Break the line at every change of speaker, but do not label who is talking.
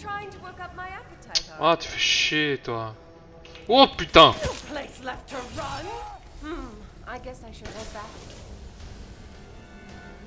trying to work up my appetite, all
Ah, tu fais chier, toi. Oh putain
right. Place left to run. Hmm. I guess I should head back.